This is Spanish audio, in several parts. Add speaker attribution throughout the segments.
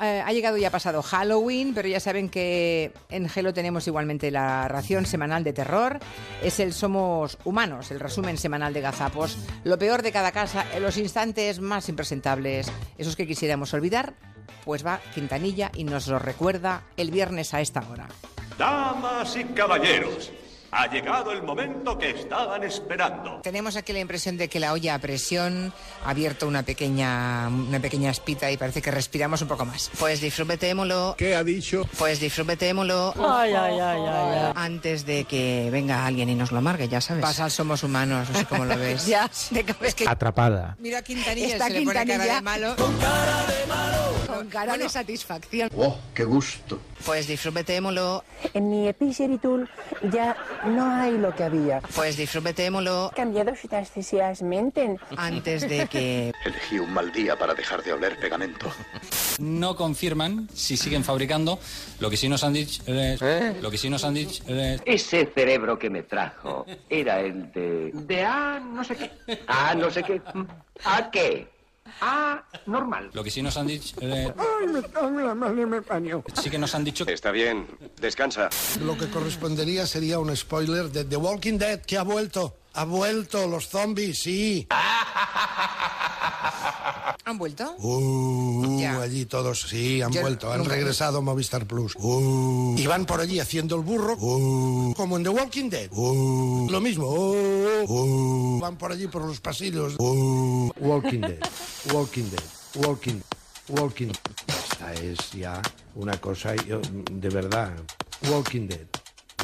Speaker 1: eh, ha llegado y ha pasado Halloween, pero ya saben que en Gelo tenemos igualmente la ración semanal de terror. Es el Somos Humanos, el resumen semanal de gazapos. Lo peor de cada casa, en los instantes más impresentables, esos que quisiéramos olvidar, pues va Quintanilla y nos lo recuerda el viernes a esta hora.
Speaker 2: Damas y caballeros, ha llegado el momento que estaban esperando.
Speaker 1: Tenemos aquí la impresión de que la olla a presión ha abierto una pequeña, una pequeña espita y parece que respiramos un poco más. Pues disfrutémoslo.
Speaker 3: ¿Qué ha dicho?
Speaker 1: Pues disfrutémoslo
Speaker 4: Ay, ay, ay, ay, ay.
Speaker 1: antes de que venga alguien y nos lo amargue, ya sabes. Pasar somos humanos, no sé cómo lo ves.
Speaker 4: Ya, de cabeza.
Speaker 1: Es que
Speaker 5: Atrapada.
Speaker 1: mira a Quintanilla,
Speaker 4: Está
Speaker 1: se le pone cara
Speaker 4: Quintanilla.
Speaker 1: de malo.
Speaker 4: Con cara de satisfacción.
Speaker 6: ¡Oh, qué gusto!
Speaker 1: Pues disfrutémoslo.
Speaker 7: En mi Epiceritul ya no hay lo que había.
Speaker 1: Pues disfrutémoslo
Speaker 7: Cambiado sustancialmente.
Speaker 1: antes de que...
Speaker 6: Elegí un mal día para dejar de oler pegamento.
Speaker 8: no confirman si siguen fabricando lo que sí nos han dicho eh, lo que sí nos han dicho eh,
Speaker 9: Ese cerebro que me trajo era el de... De A no sé qué. A no sé qué. ¿A qué? A normal.
Speaker 8: lo que sí nos han dicho eh,
Speaker 3: Ay, me cago en la madre, me pañó.
Speaker 8: sí que nos han dicho
Speaker 2: Está bien, descansa.
Speaker 3: Lo que correspondería sería un spoiler de The Walking Dead, que ha vuelto. Ha vuelto los zombies, sí.
Speaker 1: ¿Han vuelto?
Speaker 3: Uh,
Speaker 1: Ya.
Speaker 3: allí todos, sí, han
Speaker 1: Yo
Speaker 3: vuelto. Han
Speaker 1: nunca-
Speaker 3: regresado a Movistar Plus. Uh, y van por allí haciendo el burro. Uh, como en The Walking Dead. Uh, lo mismo. Uh, uh, van por allí por los pasillos. Uh. Walking Dead. Walking Dead. Walking. Walking. Esta es ya una cosa yo, de verdad. Walking Dead.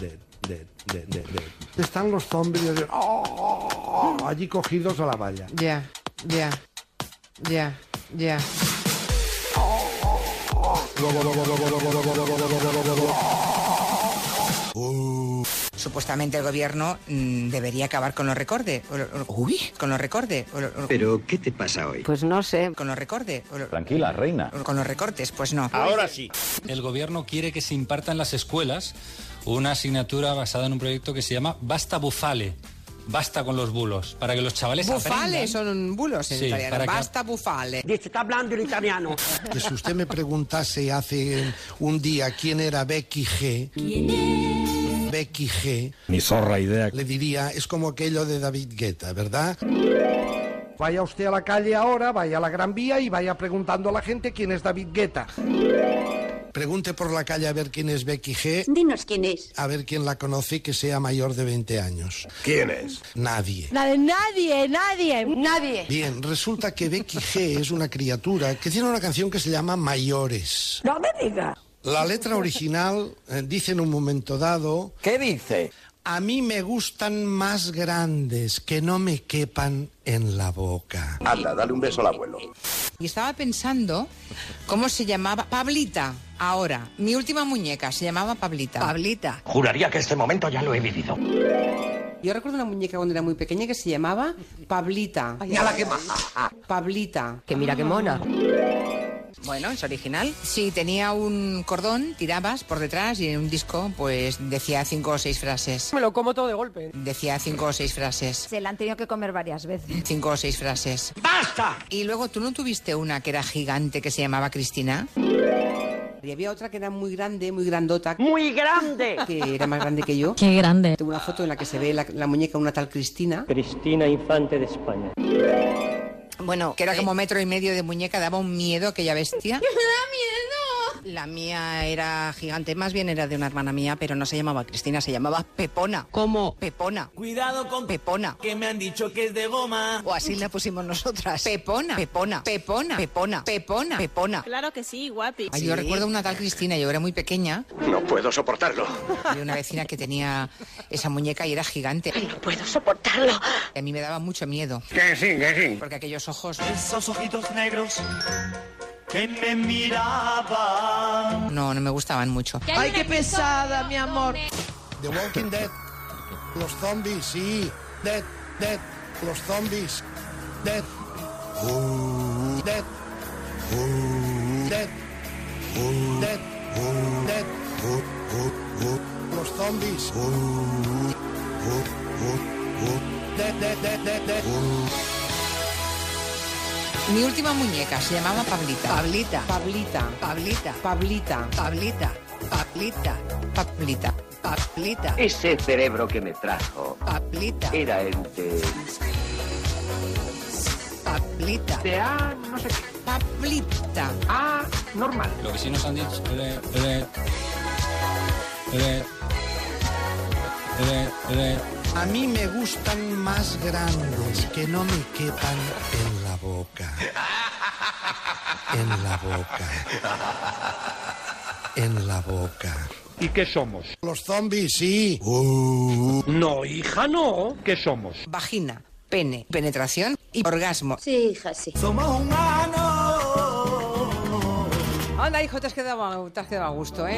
Speaker 3: Dead. Dead, dead, dead, dead. Están los zombies oh, allí cogidos a la valla.
Speaker 1: Ya, ya, ya, ya. Supuestamente el gobierno mm, debería acabar con los recortes. o lo- o lo- Uy, con los recortes. o lo- o lo-
Speaker 9: ¿Pero qué te pasa hoy?
Speaker 4: Pues no sé.
Speaker 1: Con los recortes. o lo-
Speaker 5: Tranquila, reina.
Speaker 1: o Con los recortes, pues no.
Speaker 8: el gobierno quiere que se imparta en las escuelas una asignatura basada en un proyecto que se llama basta bufale basta con los bulos para que los chavales
Speaker 1: Bufales
Speaker 8: aprendan
Speaker 1: son bulos en
Speaker 8: Sí,
Speaker 1: italiano.
Speaker 8: para que-
Speaker 1: Basta bufale.
Speaker 4: Dice, está hablando el italiano.
Speaker 3: Que si usted me preguntase hace un día quién era Becky G. Becky G.
Speaker 5: Ni zorra idea.
Speaker 3: Le diría, es como aquello de David Guetta, ¿verdad? Vaya usted a la calle ahora, vaya a la Gran Vía y vaya preguntando a la gente quién es David Guetta. Pregunte por la calle a ver quién es Becky G,
Speaker 7: Dinos quién es.
Speaker 3: a ver quién la conoce que sea mayor de 20 años.
Speaker 2: ¿Quién es?
Speaker 3: Nadie.
Speaker 4: La de nadie, nadie. Nadie.
Speaker 3: Bien, resulta que Becky G es una criatura que tiene una canción que se llama Mayores.
Speaker 7: No me diga.
Speaker 3: La letra original eh, dice en un momento dado,
Speaker 9: ¿Qué dice?
Speaker 3: a mí me gustan más grandes que no me quepan en la boca.
Speaker 2: Anda, dale un beso al abuelo.
Speaker 1: Y estaba pensando cómo se llamaba Pablita ahora. Mi última muñeca se llamaba Pablita.
Speaker 4: Pablita.
Speaker 9: Juraría que este momento ya lo he vivido.
Speaker 10: Yo recuerdo una muñeca cuando era muy pequeña que se llamaba Pablita. Pablita.
Speaker 4: Que mira qué mona.
Speaker 1: Bueno, es original. Sí, tenía un cordón, tirabas por detrás y en un disco, pues decía cinco o seis frases.
Speaker 10: Me lo como todo de golpe.
Speaker 1: Decía cinco o seis frases.
Speaker 4: Se la han tenido que comer varias veces.
Speaker 1: Cinco o seis frases.
Speaker 10: ¡Basta!
Speaker 1: Y luego, ¿tú no tuviste una que era gigante que se llamaba Cristina?
Speaker 10: Y había otra que era muy grande, muy grandota,
Speaker 4: ¡Muy grande!
Speaker 10: que era más grande que yo.
Speaker 7: Qué grande.
Speaker 10: Tengo una foto en la que se ve la, la muñeca de una tal Cristina.
Speaker 9: Cristina Infante de España.
Speaker 4: Bueno,
Speaker 1: Que era como metro y medio de muñeca, daba un miedo aquella bestia.
Speaker 4: La mía era gigante, más bien era de una hermana mía, pero no se llamaba Cristina, se llamaba Pepona. ¿Cómo? Pepona. Cuidado con Pepona. Que me han dicho que es de goma. O así la pusimos nosotras.
Speaker 1: Pepona.
Speaker 4: Pepona.
Speaker 1: Pepona.
Speaker 4: Pepona.
Speaker 1: Pepona.
Speaker 4: Pepona.
Speaker 7: Claro que sí, guapi.
Speaker 1: Ay, Yo recuerdo una tal Cristina, yo era muy pequeña,
Speaker 2: No puedo soportarlo.
Speaker 1: y una vecina que tenía esa muñeca y era gigante.
Speaker 7: No puedo soportarlo.
Speaker 1: A mí me daba mucho miedo,
Speaker 2: Que sí, que sí.
Speaker 1: porque aquellos ojos
Speaker 2: Esos ojitos negros que me miraban.
Speaker 1: no, no me gustaban mucho.
Speaker 10: ¡Ay, qué pesada, mi amor!
Speaker 3: The Walking Dead. Los zombies, sí. Dead, dead. Los zombies. Dead. Uh, Dead. Uh, Dead. Uh, Dead. Uh, Dead. Uh, uh, uh. Los zombies. Uh, uh, uh, uh. Dead, dead, dead, dead, dead. Uh.
Speaker 1: Mi última muñeca se llamaba Pablita.
Speaker 4: Pablita.
Speaker 10: Pablita,
Speaker 4: Pablita.
Speaker 10: Pablita,
Speaker 4: Pablita. Pablita.
Speaker 1: Pablita.
Speaker 4: Pablita.
Speaker 9: Ese cerebro que me trajo
Speaker 4: Pablita.
Speaker 9: era el de...
Speaker 4: Pablita.
Speaker 9: de ah, no sé qué.
Speaker 1: Pablita.
Speaker 9: Ah, normal.
Speaker 8: Lo que sí nos han dicho. Ere, ere, ere, ere, ere.
Speaker 3: A mí me gustan más grandes, que no me quepan en la boca. En la boca. En la boca.
Speaker 5: ¿Y qué somos?
Speaker 3: Los zombies, sí.
Speaker 5: No, hija, no. ¿Qué somos?
Speaker 1: Vagina. Pene. Penetración y orgasmo.
Speaker 7: Sí, hija, sí.
Speaker 1: Anda, hijo, te has quedado, a- te has quedado a gusto, ¿eh?